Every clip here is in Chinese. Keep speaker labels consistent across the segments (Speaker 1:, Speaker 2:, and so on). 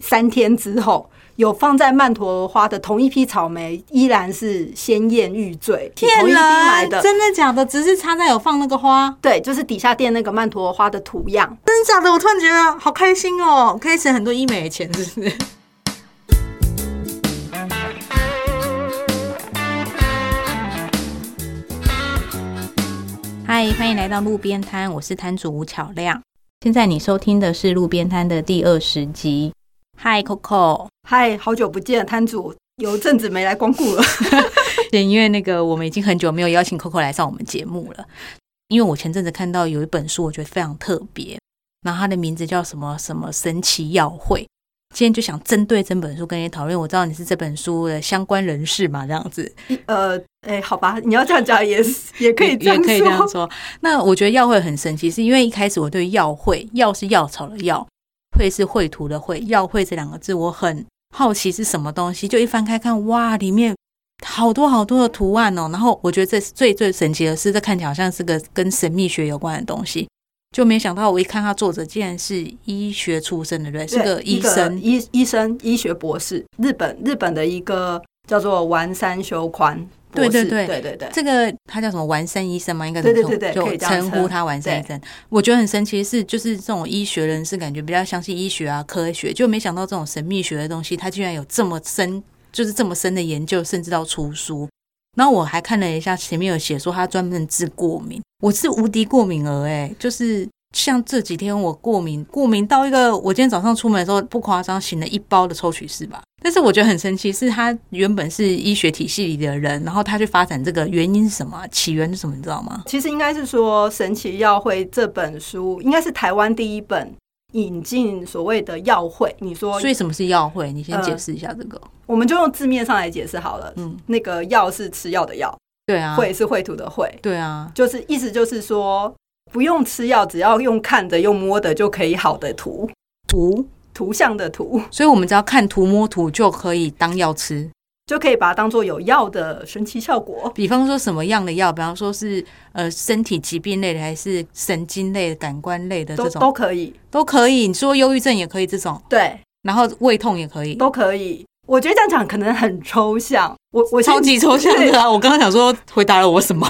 Speaker 1: 三天之后，有放在曼陀花的同一批草莓依然是鲜艳欲醉，
Speaker 2: 骗
Speaker 1: 同一批买
Speaker 2: 人！
Speaker 1: 的。
Speaker 2: 真的假的？只是插在有放那个花，
Speaker 1: 对，就是底下垫那个曼陀花的图样。
Speaker 2: 真的假的？我突然觉得好开心哦，可以省很多医美的钱，是不是？嗨，欢迎来到路边摊，我是摊主吴巧亮。现在你收听的是路边摊的第二十集。嗨，Coco，
Speaker 1: 嗨，好久不见，摊主，有阵子没来光顾了。
Speaker 2: 因为那个我们已经很久没有邀请 Coco 来上我们节目了。因为我前阵子看到有一本书，我觉得非常特别，然后它的名字叫什么什么神奇药会。今天就想针对这本书跟你讨论。我知道你是这本书的相关人士嘛，这样子
Speaker 1: 呃，哎、好吧，你要这样讲也 是，也可以这
Speaker 2: 也
Speaker 1: 样
Speaker 2: 也可以这样
Speaker 1: 说。
Speaker 2: 说。那我觉得药会很神奇，是因为一开始我对药会，药是药草的药，会是绘图的会，药会这两个字我很好奇是什么东西，就一翻开看，哇，里面好多好多的图案哦。然后我觉得这是最最神奇的是，这看起来好像是个跟神秘学有关的东西。就没想到，我一看他作者竟然是医学出身的，对不对，是个
Speaker 1: 对
Speaker 2: 医
Speaker 1: 一
Speaker 2: 生，
Speaker 1: 医医生、医学博士，日本日本的一个叫做丸山修宽博士，
Speaker 2: 对对对
Speaker 1: 对对对
Speaker 2: 这个他叫什么完善医生吗？应该怎
Speaker 1: 对
Speaker 2: 么
Speaker 1: 对
Speaker 2: 称
Speaker 1: 对对可
Speaker 2: 就
Speaker 1: 以这样
Speaker 2: 称
Speaker 1: 称
Speaker 2: 呼他完善医生。我觉得很神奇的是，就是这种医学人士感觉比较相信医学啊、科学，就没想到这种神秘学的东西，他居然有这么深，就是这么深的研究，甚至到出书。然后我还看了一下，前面有写说他专门治过敏，我是无敌过敏儿哎、就是。像这几天我过敏，过敏到一个，我今天早上出门的时候不夸张，醒了一包的抽取式吧。但是我觉得很神奇，是他原本是医学体系里的人，然后他去发展这个，原因是什么啊？起源是什么？你知道吗？
Speaker 1: 其实应该是说，《神奇药会》这本书应该是台湾第一本引进所谓的药会。你说，
Speaker 2: 所以什么是药会？你先
Speaker 1: 呃
Speaker 2: 解释一下这个。
Speaker 1: 我们就用字面上来解释好了。
Speaker 2: 嗯，
Speaker 1: 那个药是吃药的药，
Speaker 2: 对啊，
Speaker 1: 会是绘图的会，
Speaker 2: 对啊，
Speaker 1: 就是意思就是说，不用吃药，只要用看的、用摸的就可以好的图，
Speaker 2: 图，
Speaker 1: 图像的图，
Speaker 2: 所以我们只要看图摸图就可以当药吃。
Speaker 1: 就可以把它当做有药的神奇效果。
Speaker 2: 比方说什么样的药？比方说是呃身体疾病类的，还是神经类的、感官类哎的这
Speaker 1: 都
Speaker 2: 种
Speaker 1: 都可以，
Speaker 2: 都可以。你说忧郁症也可以这种，
Speaker 1: 对，
Speaker 2: 然后胃痛也可以。
Speaker 1: 都可以。我觉得这样讲可能很抽象，我我先
Speaker 2: 超级抽象的啊！我刚刚想说回答了我 什么，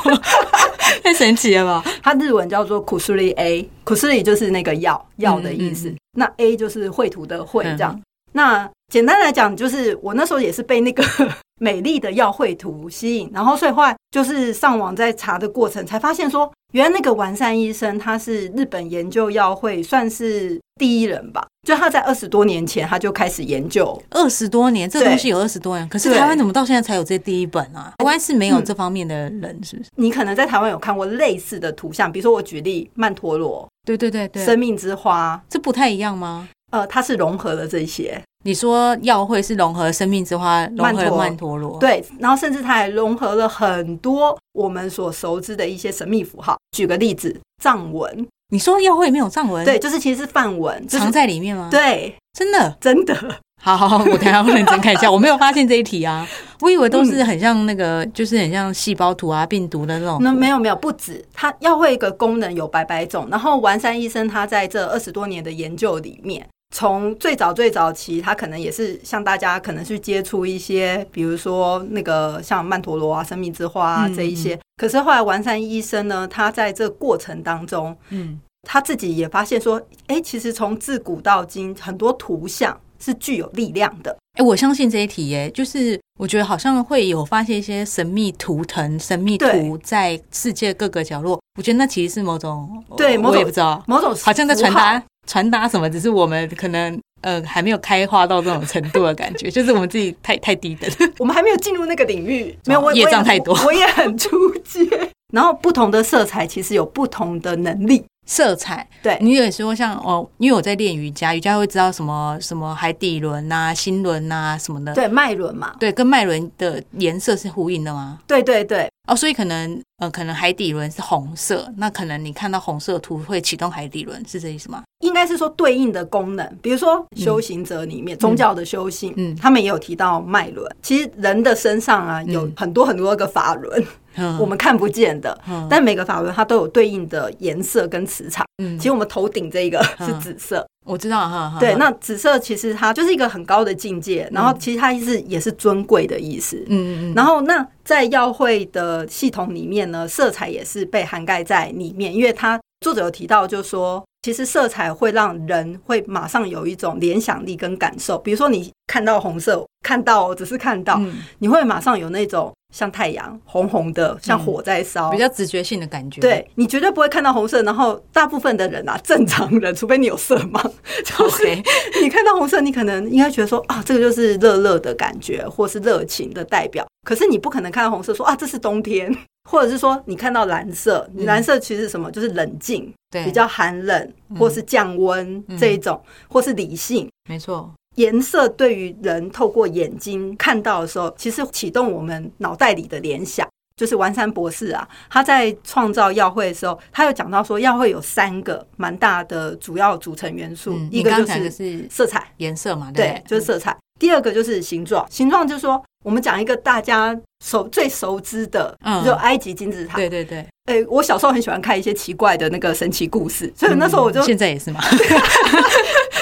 Speaker 2: 太神奇了吧？
Speaker 1: 它日文叫做苦苏里 A，苦苏里就是那个药药的意思，
Speaker 2: 嗯嗯嗯
Speaker 1: 那 A 就是绘图的绘
Speaker 2: 嗯
Speaker 1: 这样。那简单来讲，就是我那时候也是被那个 美丽的药绘图吸引，然后所以后来就是上网在查的过程，才发现说，原来那个完善医生他是日本研究药会算是第一人吧，就他在二十多年前他就开始研究
Speaker 2: 二十多年，这
Speaker 1: 对
Speaker 2: 东西有二十多年，可是
Speaker 1: 对
Speaker 2: 台湾怎么到现在才有这第一本啊？台湾是没有这方面的人，是不是？
Speaker 1: 你可能在台湾有看过类似的图像，比如说我举例曼陀罗、
Speaker 2: 对对对对，
Speaker 1: 生命之花，
Speaker 2: 这不太一样吗？
Speaker 1: 呃，它是融合了这些，
Speaker 2: 你说药会是融合生命之花，融合了
Speaker 1: 陀
Speaker 2: 曼陀罗，，
Speaker 1: 对，然后甚至它还融合了很多我们所熟知的一些神秘符号。举个例子，藏文，
Speaker 2: 你说药会没有藏文，
Speaker 1: 对，，就是其实是梵文，就是
Speaker 2: 嗯藏在里面吗？，
Speaker 1: 对，
Speaker 2: 真的。
Speaker 1: 真的，
Speaker 2: 好好好，我等一下会认真看一下，我没有发现这一 题啊，我以为都是很像那个，就是很像细胞图啊、病毒的那种图。
Speaker 1: 那没有没有不止，它要会一个功能有百百种。然后完山医生他在这二十多年的研究里面，从最早最早期，他可能也是像大家可能去接触一些，比如说那个像曼陀罗啊、生命之花啊
Speaker 2: 嗯
Speaker 1: 这一些。可是后来完山医生呢，他在这过程当中，
Speaker 2: 嗯，
Speaker 1: 他自己也发现说，哎、其实从自古到今，很多图像是具有力量的。
Speaker 2: 哎、我相信这一题耶、就是我觉得好像会有发现一些神秘图腾、神秘图
Speaker 1: 对
Speaker 2: 在世界各个角落。我觉得那其实是某种，
Speaker 1: 对
Speaker 2: 我
Speaker 1: 某
Speaker 2: 我
Speaker 1: 种
Speaker 2: 也不知道，
Speaker 1: 某种
Speaker 2: 好像在传
Speaker 1: 符号
Speaker 2: 达传达什么，只是我们可能呃还没有开化到这种程度的 感觉，就是我们自己太太低等。
Speaker 1: 我们还没有进入那个领域，没有我
Speaker 2: 哦业
Speaker 1: 我也
Speaker 2: 障太多
Speaker 1: 我也很出界。 然后不同的色彩其实有不同的能力，
Speaker 2: 色彩，
Speaker 1: 对
Speaker 2: 你有说像哦，因为我在练瑜伽，瑜伽会知道什么什么海底轮呐、心轮呐、什么的，
Speaker 1: 对脉轮嘛，
Speaker 2: 对，跟脉轮的颜色是呼应的吗？
Speaker 1: 对对对
Speaker 2: 哦，所以可能呃，可能海底轮是红色，那可能你看到红色图会启动海底轮，是这意思吗？
Speaker 1: 应该是说对应的功能，比如说修行者里面、宗教的修行，
Speaker 2: 嗯
Speaker 1: 他们也有提到脉轮。其实人的身上啊有很多很多个法轮，
Speaker 2: 嗯，
Speaker 1: 我们看不见的，
Speaker 2: 嗯
Speaker 1: 但每个法轮它都有对应的颜色跟磁场。
Speaker 2: 嗯
Speaker 1: 其实我们头顶这一个
Speaker 2: 嗯
Speaker 1: 是紫色，
Speaker 2: 我知道哈，哈
Speaker 1: 对，
Speaker 2: 哈
Speaker 1: 那紫色其实它就是一个很高的境界，然后其实它意思也是尊贵的意思。
Speaker 2: 嗯嗯嗯嗯，
Speaker 1: 然后，那在药会的系统里面呢，色彩也是被涵盖在里面，因为它作者有提到，就是说，其实色彩会让人会马上有一种联想力跟感受。比如说，你看到红色，看到哦只是看到，
Speaker 2: 嗯
Speaker 1: 你会马上有那种像太阳红红的，像
Speaker 2: 嗯
Speaker 1: 火在烧。
Speaker 2: 比较直觉性的感觉，，
Speaker 1: 对你绝对不会看到红色，然后大部分的人啊，正常人，除非你有色 盲，就是
Speaker 2: OK，
Speaker 1: 你看到红色，你可能应该觉得说啊，这个就是热热的感觉，或是热情的代表。可是你不可能看到红色说啊，这是冬天， 或者是说你看到蓝色，
Speaker 2: 嗯
Speaker 1: 蓝色其实是什么就是冷静，
Speaker 2: 对，
Speaker 1: 比较寒冷，或是降温、
Speaker 2: 嗯
Speaker 1: 这一种，或是理性。
Speaker 2: 没错，
Speaker 1: 颜色对于人透过眼睛看到的时候，其实启动我们脑袋里的联想。就是完山博士啊，他在创造药会的时候，他有讲到说，药会有三个蛮大的主要组成元素，
Speaker 2: 嗯，
Speaker 1: 一
Speaker 2: 你
Speaker 1: 个
Speaker 2: 刚
Speaker 1: 就
Speaker 2: 才的
Speaker 1: 是
Speaker 2: 是嗯
Speaker 1: 色彩，
Speaker 2: 颜色嘛，对不
Speaker 1: 对
Speaker 2: 对，，
Speaker 1: 就是色彩。第二个就是形状，形状就是说，我们讲一个大家熟最熟知的，
Speaker 2: 嗯
Speaker 1: 就埃及金字塔。
Speaker 2: 对对 对，
Speaker 1: 哎、我小时候很喜欢看一些奇怪的那个神奇故事，所以那时候我就、
Speaker 2: 嗯现在也是嘛，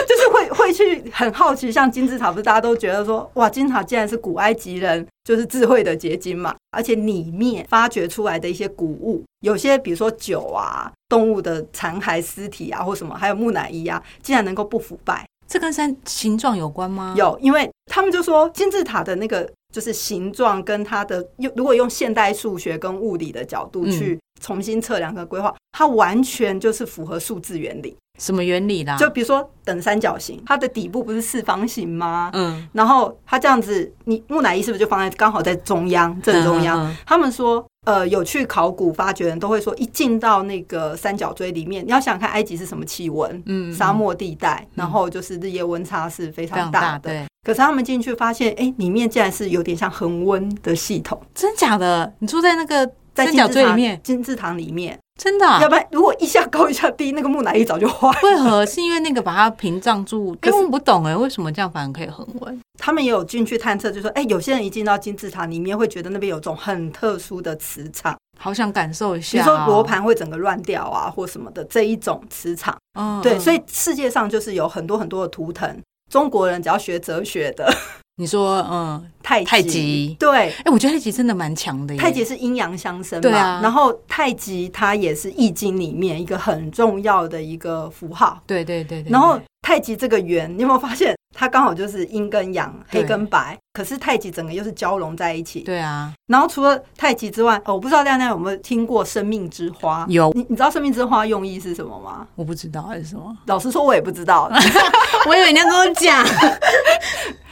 Speaker 1: 就是会会去很好奇，像金字塔，不是大家都觉得说，哇，金字塔竟然是古埃及人就是智慧的结晶嘛，而且里面发掘出来的一些古物，有些比如说酒啊、动物的残骸、尸体啊，或什么，还有木乃伊啊，竟然能够不腐败。
Speaker 2: 这跟山形状有关吗？，
Speaker 1: 有，因为他们就说金字塔的那个就是形状跟它的用，如果用现代数学跟物理的角度
Speaker 2: 嗯
Speaker 1: 去重新测量和规划，它完全就是符合数字原理。
Speaker 2: 什么原理啦？
Speaker 1: 就比如说等三角形，它的底部不是四方形吗？
Speaker 2: 嗯，
Speaker 1: 然后它这样子，你木乃伊是不是就放在刚好在中央正中央？
Speaker 2: 嗯，嗯嗯
Speaker 1: 他们说，呃，有去考古发掘人都会说，一进到那个三角锥里面，你要想看埃及是什么气温，
Speaker 2: 嗯嗯
Speaker 1: 沙漠地带，然后就是日夜温差是非
Speaker 2: 非常
Speaker 1: 常
Speaker 2: 大，
Speaker 1: 大的。
Speaker 2: 对，
Speaker 1: 可是他们进去发现，哎、里面竟然是有点像恒温的系统，
Speaker 2: 真假的？你住在那个
Speaker 1: 在
Speaker 2: 三角
Speaker 1: 金字
Speaker 2: 锥里
Speaker 1: 塔
Speaker 2: 面，
Speaker 1: 金字塔里面，
Speaker 2: 真的啊、
Speaker 1: 要不然如果一下高一下低，那个木乃伊早就坏了。
Speaker 2: 为何？是因为那个把它屏障住？
Speaker 1: 可
Speaker 2: 可
Speaker 1: 是
Speaker 2: 是我不懂哎，为什么这样反而可以恒温？
Speaker 1: 他们也有进去探测，就说，哎、有些人一进到金字塔里面，会觉得那边有种很特殊的磁场，
Speaker 2: 好想感受一下、
Speaker 1: 比如说罗，盘会整个乱掉啊，或什么的这一种磁场。
Speaker 2: 嗯
Speaker 1: 对，所
Speaker 2: 以
Speaker 1: 以世界上就是有很多很多的图腾。中国人只要学哲学 的
Speaker 2: 你说，嗯，
Speaker 1: 太极，
Speaker 2: 太极
Speaker 1: 对，
Speaker 2: 哎、我觉得太极真的蛮强的耶。
Speaker 1: 太极是阴阳相生嘛，
Speaker 2: 对啊
Speaker 1: 然后太极它也是易经里面一个很重要的一个符号。
Speaker 2: 对，对对对对。
Speaker 1: 然后太极这个圆，你有没有发现它刚好就是阴跟阳、
Speaker 2: 对
Speaker 1: 黑跟白？可是太极整个又是交融在一起。
Speaker 2: 对啊，
Speaker 1: 然后除了太极之外，哦，我不知道亮亮有没有听过生命之花？
Speaker 2: 有
Speaker 1: 你你知道生命之花用意是什么吗？
Speaker 2: 我不知道还是什么，
Speaker 1: 老实说，我也不知 道，
Speaker 2: 我以为你要跟我讲，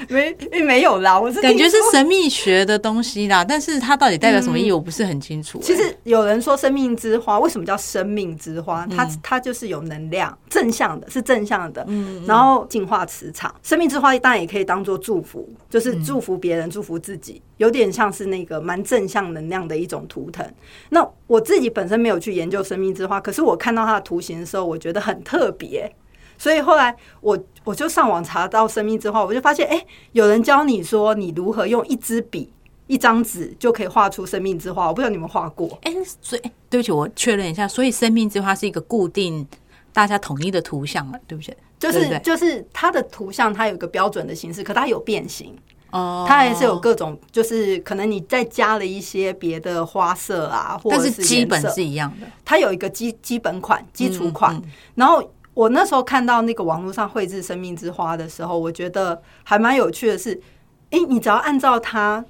Speaker 1: 没没有啦，我是
Speaker 2: 感觉
Speaker 1: 听
Speaker 2: 是
Speaker 1: 说
Speaker 2: 神秘学的东西啦，但是它到底代表什么意义，我不是很清楚、
Speaker 1: 嗯其实有人说生命之花，为什么叫生命之花？它
Speaker 2: 嗯
Speaker 1: 它就是有能量，正向的，是正向的。
Speaker 2: 嗯，嗯，
Speaker 1: 然后净化磁场，生命之花当然也可以当做祝福，就是
Speaker 2: 嗯
Speaker 1: 祝福别人，祝福自己，有点像是那个蛮正向能量的一种图腾。那我自己本身没有去研究生命之花，可是我看到它的图形的时候，我觉得很特别，所以后来我我就上网查到生命之花，我就发现，哎，有人教你说你如何用一支笔、一张纸就可以画出生命之花，我不知道你们画过。
Speaker 2: 哎、所以、哎对不起，我确认一下，所以生命之花是一个固定大家统一的图像嘛，对不起，
Speaker 1: 就
Speaker 2: 对
Speaker 1: 是
Speaker 2: 不对
Speaker 1: 就是它的图像，它有一个标准的形式，可它有变形，
Speaker 2: 哦
Speaker 1: 它还是有，各种，就是可能你再加了一些别的花色啊，或
Speaker 2: 但
Speaker 1: 者
Speaker 2: 是
Speaker 1: 是
Speaker 2: 基
Speaker 1: 颜
Speaker 2: 本
Speaker 1: 色
Speaker 2: 是一样的，
Speaker 1: 它有一个基基本款、基础款。
Speaker 2: 嗯嗯
Speaker 1: 然后我那时候看到那个网络上绘制生命之花的时候，我觉得还蛮有趣的是，诶，你只要按照它。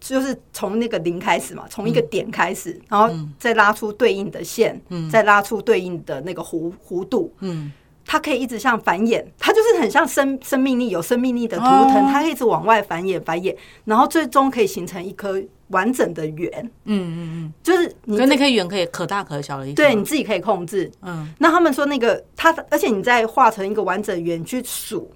Speaker 1: 就是从那个零开始嘛，从一个点开始，然后再拉出对应的线，
Speaker 2: 嗯
Speaker 1: 再拉出对应的那个弧弧度，
Speaker 2: 嗯，
Speaker 1: 它可以一直像繁衍，它就是很像生生命力有生命力的图腾，
Speaker 2: 哦
Speaker 1: 它可以一直往外繁衍繁衍，然后最终可以形成一颗完整的圆。
Speaker 2: 嗯嗯
Speaker 1: 就是
Speaker 2: 嗯，
Speaker 1: 你
Speaker 2: 跟那颗圆可以可大可小的意思，
Speaker 1: 对你，自己可以控制。
Speaker 2: 嗯，
Speaker 1: 那他们说那个它，而且你再画成一个完整圆去数，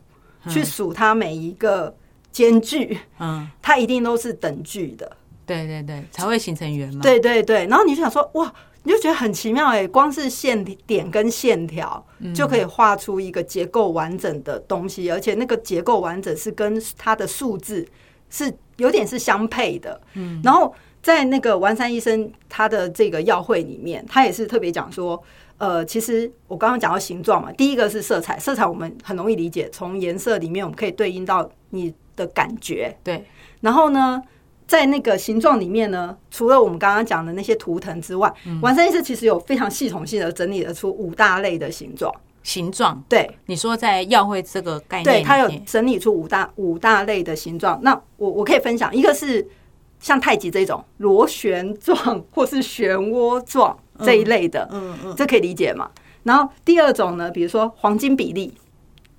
Speaker 1: 去数它每一个间距，
Speaker 2: 嗯，
Speaker 1: 它一定都是等距的。
Speaker 2: 对对对，才会形成圆嘛，，
Speaker 1: 对对对，然后你就想说，哇，你就觉得很奇妙哎、光是线点跟线条、就可以画出一个结构完整的东西，而且那个结构完整是跟它的数字是有点是相配的。嗯，然后在那个完山医生他的这个药会里面，他也是特别讲说。呃，其实我刚刚讲到形状嘛，第一个是色彩，色彩我们很容易理解，从颜色里面我们可以对应到你的感觉。
Speaker 2: 对，
Speaker 1: 然后呢，在那个形状里面呢，除了我们刚刚讲的那些图腾之外，
Speaker 2: 嗯
Speaker 1: 完善医师其实有非常系统性的整理得出五大类的形状。
Speaker 2: 形状。
Speaker 1: 对，
Speaker 2: 你说在药会这个概念里
Speaker 1: 对，
Speaker 2: 面，
Speaker 1: 它有整理出五大五大类的形状。那我我可以分享，一个是像太极这种螺旋状或是漩涡状这一类的，
Speaker 2: 嗯嗯，
Speaker 1: 这可以理解嘛？然后第二种呢，比如说黄金比例，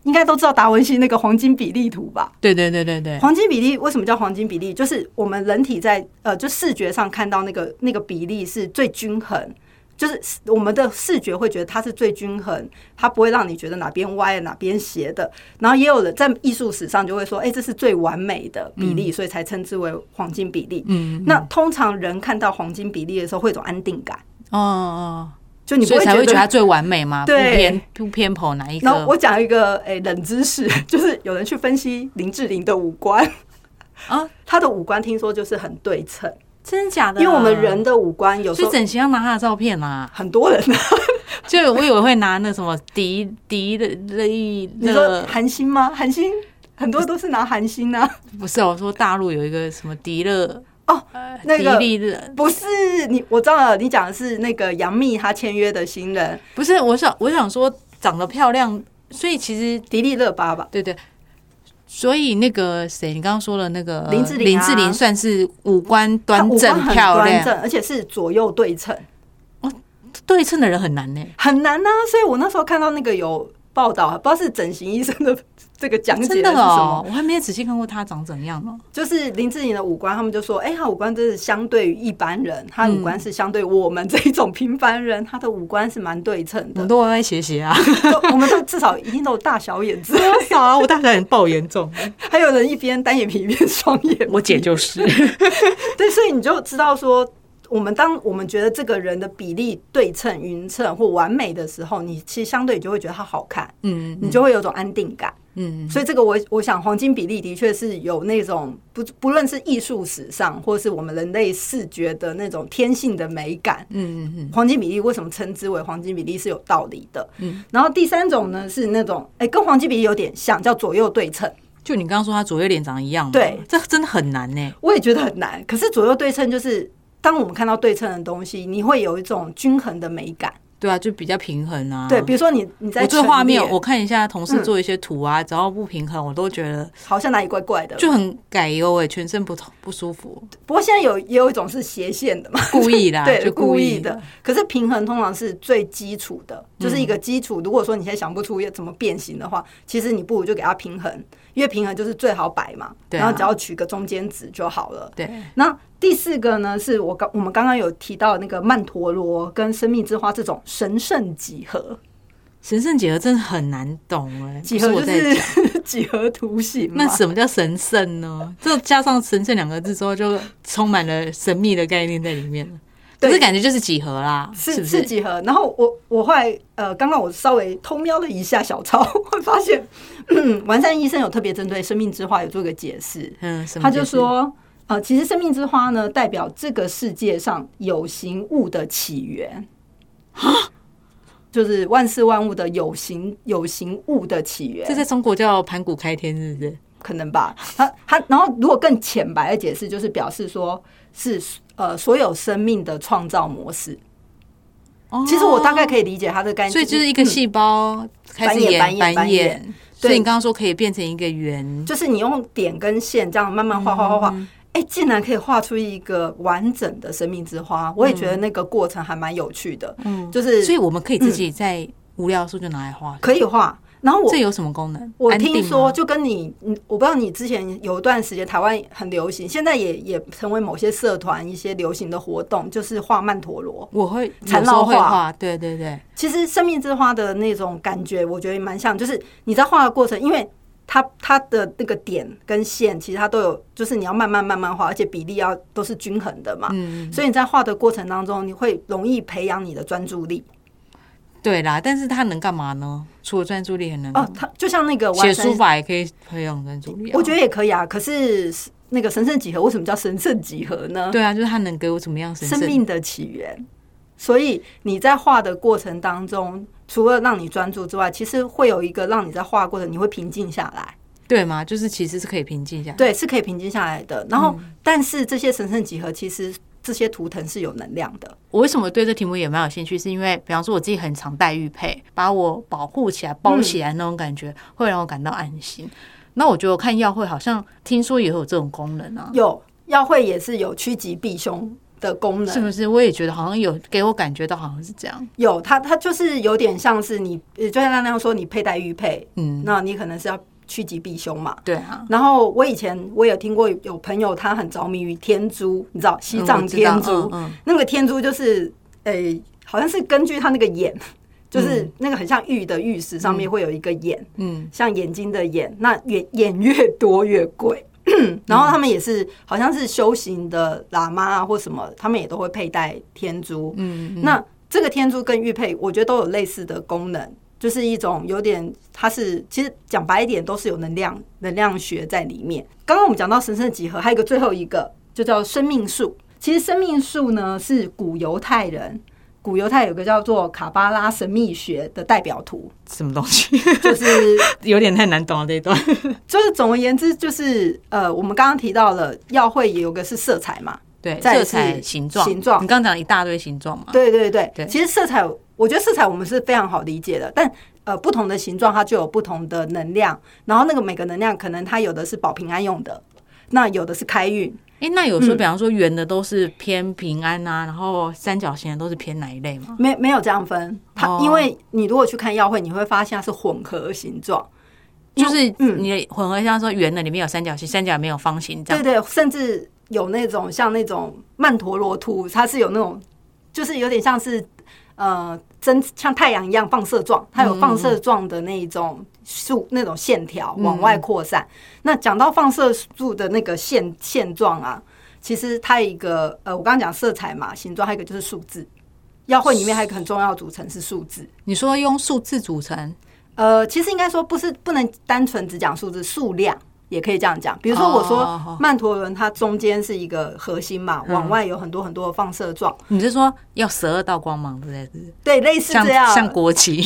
Speaker 1: 应该都知道达文西那个黄金比例图吧？
Speaker 2: 对对对对对，
Speaker 1: 黄金比例为什么叫黄金比例？就是我们人体在呃，就视觉上看到那个那个比例是最均衡，就是我们的视觉会觉得它是最均衡，它不会让你觉得哪边歪了哪边斜的。然后也有人在艺术史上就会说，哎、这是最完美的比例，所以才称之为黄金比例。
Speaker 2: 嗯，
Speaker 1: 那通常人看到黄金比例的时候会有一种安定感，
Speaker 2: 哦哦，
Speaker 1: 就你不
Speaker 2: 所以
Speaker 1: 会
Speaker 2: 才会觉
Speaker 1: 觉
Speaker 2: 得它
Speaker 1: 得。
Speaker 2: 最完美嘛，不
Speaker 1: 对
Speaker 2: 偏不偏颇哪一
Speaker 1: 然后
Speaker 2: 个
Speaker 1: 我讲一个诶、冷知识， 就是有人去分析林志玲的五官，
Speaker 2: 啊？
Speaker 1: 她的五官听说就是很对称。
Speaker 2: 真的假的？
Speaker 1: 因为我们人的五官有时
Speaker 2: 所以
Speaker 1: 候
Speaker 2: 整形要拿他的照片啦、
Speaker 1: 很多人， 啊
Speaker 2: 就我以为会拿那什么迪迪的类
Speaker 1: 你说
Speaker 2: 的，
Speaker 1: 韩星吗？韩星很多都是拿韩星啊，
Speaker 2: 不是我说大陆有一个什么迪乐
Speaker 1: 哦，
Speaker 2: 呃
Speaker 1: 那个
Speaker 2: 迪丽热，
Speaker 1: 不是你，我知道了，你讲的是那个杨幂她签约的新人
Speaker 2: 不是我想我想说长得漂亮，所以其实
Speaker 1: 迪丽热巴吧？
Speaker 2: 对对，所以那个谁你刚刚说的那个
Speaker 1: 林志玲
Speaker 2: 林
Speaker 1: 啊
Speaker 2: 志玲算是五官
Speaker 1: 她
Speaker 2: 端
Speaker 1: 五
Speaker 2: 正
Speaker 1: 官很
Speaker 2: 漂
Speaker 1: 端
Speaker 2: 亮，
Speaker 1: 正，而且是左右对称，
Speaker 2: 对称的人很难呢、
Speaker 1: 很难啊。所以我那时候看到那个有报道，不知道是整形医生的 这个讲解
Speaker 2: 真
Speaker 1: 的
Speaker 2: 的
Speaker 1: 是什么，
Speaker 2: 哦，我还没有仔细看过她长怎样哦。
Speaker 1: 就是林志颖的五官，他们就说，哎、他五官真是相对于一般人，他的五官是相对我们这一种平凡人，他的五官是蛮对称
Speaker 2: 我
Speaker 1: 的
Speaker 2: 们。都歪歪斜 斜啊，
Speaker 1: 都 我们都至少一定都有大小眼睛，
Speaker 2: 多少啊？我大小眼爆严重，
Speaker 1: 还有人一边单眼皮一边双眼皮。
Speaker 2: 我姐就是。
Speaker 1: 对，所以你就知道说，我们当我们觉得这个人的比例对称、匀称或完美的时候，你其实相对你就会觉得他好看，
Speaker 2: 嗯
Speaker 1: 你就会有种安定感。
Speaker 2: 嗯，
Speaker 1: 所以这个我我想黄金比例的确是有那种不不论是艺术史上，或是我们人类视觉的那种天性的美感，
Speaker 2: 嗯嗯嗯，
Speaker 1: 黄金比例为什么称之为黄金比例是有道理的。
Speaker 2: 嗯，
Speaker 1: 然后第三种呢是那种哎、跟黄金比例有点像，叫左右对称。
Speaker 2: 就你刚刚说他左右脸长一样嘛，
Speaker 1: 对
Speaker 2: 这真的很难呢。
Speaker 1: 我也觉得很难。可是左右对称就是，当我们看到对称的东西，你会有一种均衡的美感。
Speaker 2: 对啊，就比较平衡啊。
Speaker 1: 对，比如说你你在
Speaker 2: 我这画面，
Speaker 1: 陈列
Speaker 2: 我看一下同事做一些图啊，只要不平衡，我都觉得
Speaker 1: 好像哪里怪怪的。
Speaker 2: 就很改忧哎，全身不痛不 舒服，
Speaker 1: 不过现在有也有一种是斜线的嘛，
Speaker 2: 故意啦，
Speaker 1: 对，
Speaker 2: 啊就
Speaker 1: 故
Speaker 2: 意嗯
Speaker 1: 意的。。可是平衡通常是最基础的，就是一个基础。如果说你现在想不出要怎么变形的话，其实你不如就给它平衡，因为平衡就是最好摆嘛。
Speaker 2: 对啊
Speaker 1: 然后只要取个中间值就好了。
Speaker 2: 对，
Speaker 1: 那第四个呢，是我刚我们刚刚有提到那个曼陀罗跟生命之花这种神圣几何。
Speaker 2: 神圣几何真的很难懂哎，
Speaker 1: 几
Speaker 2: 不
Speaker 1: 何
Speaker 2: 我
Speaker 1: 就
Speaker 2: 在讲。
Speaker 1: 是 几何图形嘛
Speaker 2: 那。什么叫神圣呢？这加上“神圣”两个字之后，就充满了神秘的概念在里面了。可
Speaker 1: 对
Speaker 2: 是感觉就是几何啦，
Speaker 1: 是
Speaker 2: 不
Speaker 1: 是
Speaker 2: 是？
Speaker 1: 几何，然后我我后来呃，刚刚我稍微偷瞄了一下小抄， 会发现，嗯，完善医生有特别针对生命之花有做个解释，
Speaker 2: 嗯，什么
Speaker 1: 他就
Speaker 2: 解释
Speaker 1: 说，呃，其实生命之花呢，代表这个世界上有形物的起源，
Speaker 2: 啊
Speaker 1: 就是万事万物的有形有形物的起源，
Speaker 2: 这在中国叫盘古开天，是不是？
Speaker 1: 可能吧。他他，然后如果更浅白的解释，就是表示说是呃所有生命的创造模式。
Speaker 2: 哦
Speaker 1: 其实我大概可以理解他的概念，
Speaker 2: 所以就是一个细胞开始
Speaker 1: 繁衍嗯
Speaker 2: 演
Speaker 1: 繁衍
Speaker 2: 繁
Speaker 1: 繁
Speaker 2: 衍
Speaker 1: 衍，
Speaker 2: 所以
Speaker 1: 对
Speaker 2: 你刚刚说可以变成一个圆，
Speaker 1: 就是你用点跟线这样慢慢画画画画，
Speaker 2: 嗯
Speaker 1: 哎、竟然可以画出一个完整的生命之花。我也觉得那个过程还蛮有趣的，
Speaker 2: 嗯，
Speaker 1: 就是
Speaker 2: 所以我们可以自己在无聊的时候就拿来画，
Speaker 1: 可以画。然后我
Speaker 2: 这有什么功能？
Speaker 1: 我
Speaker 2: 安定
Speaker 1: 听
Speaker 2: 吗
Speaker 1: 说，就跟你，你我不知道你之前有一段时间台湾很流行，现在也也成为某些社团一些流行的活动，就是画曼陀罗。
Speaker 2: 我会
Speaker 1: 缠
Speaker 2: 有时候
Speaker 1: 绕
Speaker 2: 会
Speaker 1: 画
Speaker 2: 画，对对对，
Speaker 1: 其实生命之花的那种感觉，我觉得蛮像，就是你在画的过程，因为它它的那个点跟线，其实它都有，就是你要慢慢慢慢画，而且比例要都是均衡的嘛。
Speaker 2: 嗯，
Speaker 1: 所以你在画的过程当中，你会容易培养你的专注力。
Speaker 2: 对啦。但是它能干嘛呢？除了专注力，还能干
Speaker 1: 哦
Speaker 2: 嘛，
Speaker 1: 它就像那个
Speaker 2: 嗯写
Speaker 1: 完
Speaker 2: 书
Speaker 1: 成，
Speaker 2: 法也可以培养专注力啊。
Speaker 1: 我觉得也可以啊。可是那个神圣几何为什么叫神圣几何呢？
Speaker 2: 对啊，就是它能给我怎么样神圣
Speaker 1: 生命的起源，所以你在画的过程当中，除了让你专注之外，其实会有一个让你在画过程你会平静下来。
Speaker 2: 对吗？就是其实是可以平静一下。
Speaker 1: 对，是可以平静下来的。然后，
Speaker 2: 嗯
Speaker 1: 但是这些神圣几何，其实这些图腾是有能量的。
Speaker 2: 我为什么对这题目也蛮有兴趣？是因为，比方说我自己很常戴玉佩，把我保护起来、包起来那种感觉，会让我感到安心。那我觉得我看药会好像听说也有这种功能啊，
Speaker 1: 有药会也是有趋吉避凶的功能
Speaker 2: 是，不是？我也觉得好像有给我感觉到好像是这样。
Speaker 1: 有它它就是有点像是你，呃就像那样说，你佩戴玉佩，
Speaker 2: 嗯，
Speaker 1: 那你可能是要趋吉避凶嘛。
Speaker 2: 对啊，
Speaker 1: 然后我以前我有听过有朋友他很着迷于天珠，你知道西藏
Speaker 2: 嗯我知道
Speaker 1: 天珠，
Speaker 2: 嗯嗯
Speaker 1: 那个天珠就是，诶、好像是根据他那个眼，
Speaker 2: 嗯
Speaker 1: 就是那个很像玉的玉石上面会有一个眼，
Speaker 2: 嗯，
Speaker 1: 像眼睛的眼，那眼眼越多越贵。然
Speaker 2: 嗯
Speaker 1: 后他们也是，好像是修行的喇嘛啊或什么，他们也都会佩戴天珠。
Speaker 2: 嗯，
Speaker 1: 那这个天珠跟玉佩，我觉得都有类似的功能，就是一种有点，它是其实讲白一点，都是有能量能量学在里面。刚刚我们讲到神圣几何，还有一个最后一个就叫生命树。其实生命树呢是古犹太人，古犹太有个叫做卡巴拉神秘学的代表图，
Speaker 2: 什么东西
Speaker 1: 就是
Speaker 2: 有点太难懂了这一段。
Speaker 1: 就是总而言之，就是呃，我们刚刚提到了药会也有个是色彩嘛，
Speaker 2: 对，
Speaker 1: 再
Speaker 2: 色
Speaker 1: 是
Speaker 2: 彩、形状、
Speaker 1: 形状
Speaker 2: 你刚刚讲一大堆形状嘛？
Speaker 1: 对对对，
Speaker 2: 啊对
Speaker 1: 其实色彩，我觉得色彩我们是非常好理解的，但呃，不同的形状它就有不同的能量，然后那个每个能量可能它有的是保平安用的，那有的是开运，
Speaker 2: 哎、那有时候比方说圆的都是偏平安啊，然后三角形的都是偏哪一类吗？
Speaker 1: 没没有这样分。它、
Speaker 2: 哦
Speaker 1: 因为你如果去看药会，你会发现它是混合形状，
Speaker 2: 就是
Speaker 1: 嗯
Speaker 2: 你混合一下说圆的里面有三角形，三角里面有方形这
Speaker 1: 对
Speaker 2: 样。
Speaker 1: 对，甚至有那种像那种曼陀罗图，它是有那种，就是有点像是呃真像太阳一样放射状，它有
Speaker 2: 嗯
Speaker 1: 放射状的那一种树、那种线条往
Speaker 2: 嗯
Speaker 1: 外扩散。那讲到放射柱的那个线线状啊，其实它一个呃，我刚刚讲色彩嘛，形状，还有一个就是数字。药会里面还有一个很重要的组成是数字，
Speaker 2: 你说用数字组成，
Speaker 1: 呃，其实应该说不是不能单纯只讲数字，数量也可以这样讲。比如说我
Speaker 2: 哦哦
Speaker 1: 说曼陀轮，它中间是一个核心嘛，
Speaker 2: 嗯
Speaker 1: 往外有很多很多的放射状，
Speaker 2: 你是说要十二道光芒之类的，
Speaker 1: 对，类似
Speaker 2: 像
Speaker 1: 这样。
Speaker 2: 像 国旗，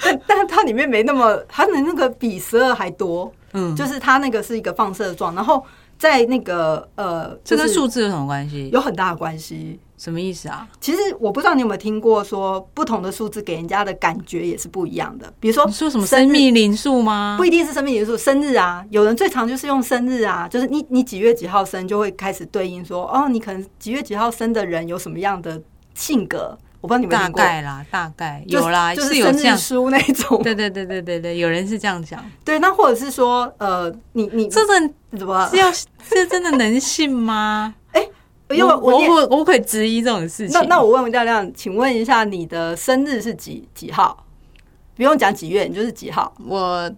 Speaker 1: 但但它里面没那么，它的那个比十二还多，
Speaker 2: 嗯，
Speaker 1: 就是它那个是一个放射状，然后在那个呃，
Speaker 2: 这
Speaker 1: 就
Speaker 2: 跟
Speaker 1: 是
Speaker 2: 数字有什么关系？
Speaker 1: 有很大的关系。
Speaker 2: 什么意思啊？
Speaker 1: 其实我不知道你有没有听过说，不同的数字给人家的感觉也是不一样的。比如说
Speaker 2: 你说什么
Speaker 1: 生
Speaker 2: 生
Speaker 1: 日
Speaker 2: 命灵数吗？
Speaker 1: 不一定是生命元素，生日啊，有人最常就是用生日啊，就是你你几月几号生，就会开始对应说，哦，你可能几月几号生的人有什么样的性格，我不知道你们
Speaker 2: 大
Speaker 1: 听过，
Speaker 2: 概啦，大概
Speaker 1: 就
Speaker 2: 有啦，
Speaker 1: 就是
Speaker 2: 有
Speaker 1: 生
Speaker 2: 这
Speaker 1: 日
Speaker 2: 样。
Speaker 1: 书那种，
Speaker 2: 对对对对对对，有人是这样讲，
Speaker 1: 对，那或者是说，呃，你你
Speaker 2: 这真
Speaker 1: 你怎么
Speaker 2: 是，要这真的能信吗？
Speaker 1: 因为
Speaker 2: 我
Speaker 1: 我
Speaker 2: 我
Speaker 1: 念
Speaker 2: 我我会质疑这种事
Speaker 1: 那
Speaker 2: 情。
Speaker 1: 那我问亮亮，请问一下你的生日是几几号？不用讲几月，你就是几号，
Speaker 2: 我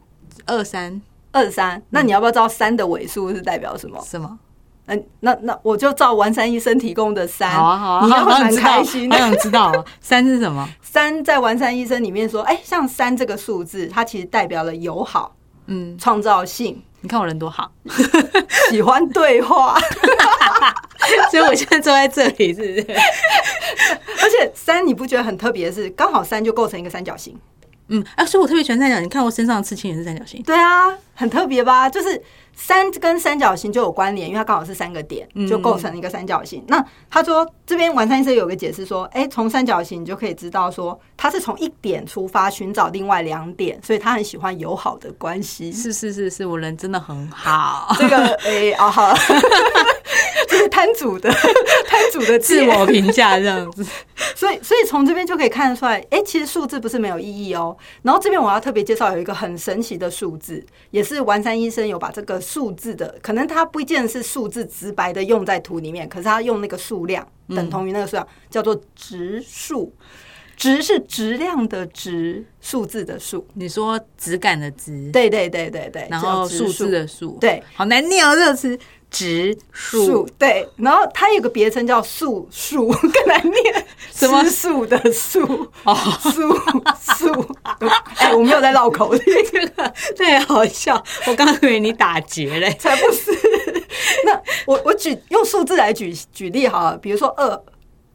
Speaker 2: 二三
Speaker 1: 二十三。那
Speaker 2: 嗯
Speaker 1: 你要不要知道三的尾数是代表什么？
Speaker 2: 是吗？
Speaker 1: 嗯，那那我就照完山医生提供的三，
Speaker 2: 好啊好啊，
Speaker 1: 你 要
Speaker 2: 好想
Speaker 1: 蛮
Speaker 2: 知道
Speaker 1: 开心的
Speaker 2: 好。想知道啊三是什么？
Speaker 1: 三在完善医生里面说，哎、像三这个数字，它其实代表了友好、
Speaker 2: 嗯，
Speaker 1: 创造性、
Speaker 2: 你看我人多 好，
Speaker 1: 喜欢对话，
Speaker 2: 所以我现在坐在这里，是不是？
Speaker 1: 而且三你不觉得很特别？是刚好三就构成一个三角形，
Speaker 2: 嗯，啊，所以我特别喜欢三角形，你看我身上的刺青也是三角形，
Speaker 1: 对啊，很特别吧？就是三跟三角形就有关联，因为它刚好是三个点，就构成一个三角形。那他说这边完善医生有个解释说，哎、从三角形你就可以知道说，他是从一点出发寻找另外两点，所以他很喜欢友好的关系。
Speaker 2: 是是是是，我人真的很好，
Speaker 1: 这个诶、哦好 了，这是摊主的 摊主 的
Speaker 2: 自
Speaker 1: 自我，
Speaker 2: 我评价这样子。
Speaker 1: 所以所以从这边就可以看得出来，诶、其实数字不是没有意义哦。然后这边我要特别介绍有一个很神奇的数字，也是完山医生有把这个数字的，可能他不见得是数字直白的用在图里面，可是他用那个数量等同于那个数量，叫做值数。值是质量的值，数字的数。
Speaker 2: 你说质感的质，
Speaker 1: 对对对对对，
Speaker 2: 然
Speaker 1: 叫
Speaker 2: 后
Speaker 1: 质
Speaker 2: 数字的数，
Speaker 1: 对，
Speaker 2: 好难念哦这个词，植
Speaker 1: 树
Speaker 2: 树，
Speaker 1: 对，然后它有个别称叫树树， 更难念，
Speaker 2: 什么
Speaker 1: 吃素的素
Speaker 2: 哦
Speaker 1: 素素，哎、我没有在绕 口令，
Speaker 2: 这个太好笑，我刚以为你打结嘞，
Speaker 1: 才不是。 那我我举用数字来举举例好了，比如说二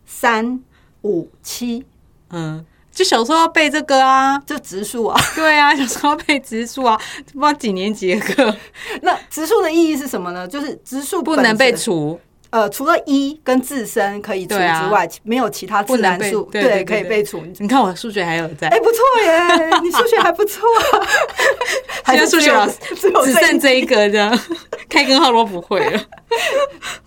Speaker 1: 三五七，
Speaker 2: 嗯，就小时候要背这个啊，
Speaker 1: 就植树啊。
Speaker 2: 对啊，小时候要背植树啊，不知道几年级的课
Speaker 1: 那植树的意义是什么呢？就是植树
Speaker 2: 不
Speaker 1: 本
Speaker 2: 能被
Speaker 1: 身
Speaker 2: 除。
Speaker 1: 呃，除了一跟自身可以除之
Speaker 2: 对啊
Speaker 1: 外，没有其他自然数
Speaker 2: 不能被对对对
Speaker 1: 可以
Speaker 2: 对
Speaker 1: 被除。
Speaker 2: 你看我数学还有在
Speaker 1: 哎、，不错 耶，你数学还不错、啊，
Speaker 2: 现在数学老师
Speaker 1: 只有
Speaker 2: 只
Speaker 1: 这一
Speaker 2: 剩这一个这 样，开根号都不会了。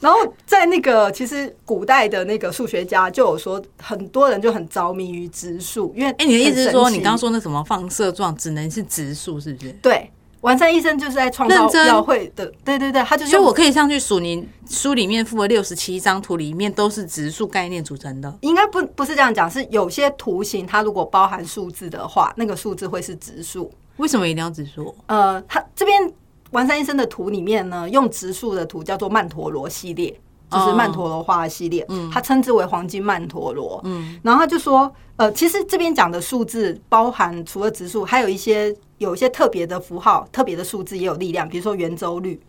Speaker 1: 然后在那个其实古代的那个数学家就有说，很多人就很着迷于植树，因为
Speaker 2: 哎、你的意思是说，
Speaker 1: 很神奇
Speaker 2: 你刚刚说那什么放射状只能是植树，是不是？
Speaker 1: 对完善医生就是在创造
Speaker 2: 认真
Speaker 1: 庙会的，对对对，他就是
Speaker 2: 所以我可以上去数你书里面附的六十七张图，里面都是植树概念组成的。
Speaker 1: 应该不不是这样讲，是有些图形它如果包含数字的话，那个数字会是植树。
Speaker 2: 为什么一定要植树？
Speaker 1: 呃，它这边完善医生的图里面呢，用植树的图叫做曼陀罗系列，就是
Speaker 2: 哦
Speaker 1: 曼陀罗花的系列，它称之为黄金曼陀罗。嗯，然后他就说，呃，其实这边讲的数字包含除了植树，还有一些有一些特别的符号、特别的数字也有力量，比如说圆周率，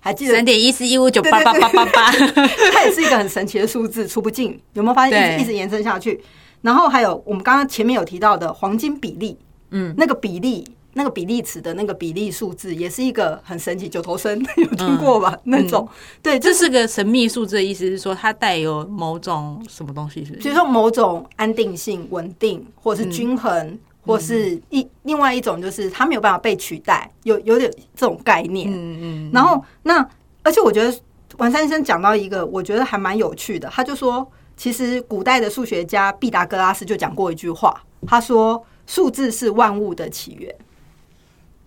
Speaker 1: 还记得
Speaker 2: 三点一四一五九八八八八八，
Speaker 1: 它也是一个很神奇的数字，除不尽。有没有发现一直
Speaker 2: 对
Speaker 1: 一直延伸下去？然后还有我们刚刚前面有提到的黄金比例，嗯，那个比例。那个比例尺的那个比例数字也是一个很神奇，九头身 有听过吧？那种、对，就
Speaker 2: 这是个神秘数字的意思，是说它带有某种什么东西，是不
Speaker 1: 比
Speaker 2: 是？
Speaker 1: 如说某种安定性、稳定，或
Speaker 2: 嗯
Speaker 1: 是均衡，或是一另外一种就是它没有办法被取代，有有点这种概念。
Speaker 2: 嗯嗯，
Speaker 1: 然后那而且我觉得王三生讲到一个我觉得还蛮有趣的，他就说，其实古代的数学家毕达哥拉斯就讲过一句话，他说数字是万物的起源。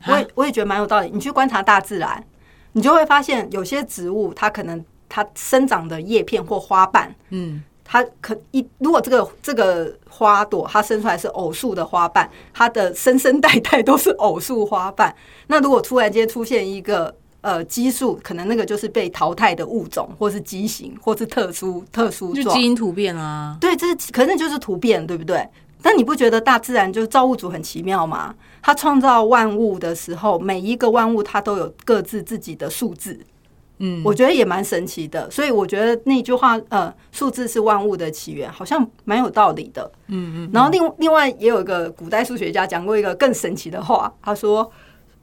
Speaker 1: 我也我也觉得蛮有道理。你去观察大自然，你就会发现有些植物它可能它生长的叶片或花瓣，
Speaker 2: 嗯，
Speaker 1: 它可一如果这个这个花朵它生出来是偶数的花瓣，它的生生代代都是偶数花瓣。那如果突然间出现一个呃激素，可能那个就是被淘汰的物种，或是畸形，或是特殊特殊
Speaker 2: 就
Speaker 1: 状
Speaker 2: 基。因突变啊。
Speaker 1: 对，这是可是那就是突变，对不对？但你不觉得大自然就是造物主很奇妙吗？他创造万物的时候，每一个万物它都有各自自己的数字，
Speaker 2: 嗯，
Speaker 1: 我觉得也蛮神奇的。所以我觉得那句话，呃，数字是万物的起源，好像蛮有道理的。嗯嗯。然后另另外也有一个古代数学家讲过一个更神奇的话，他说，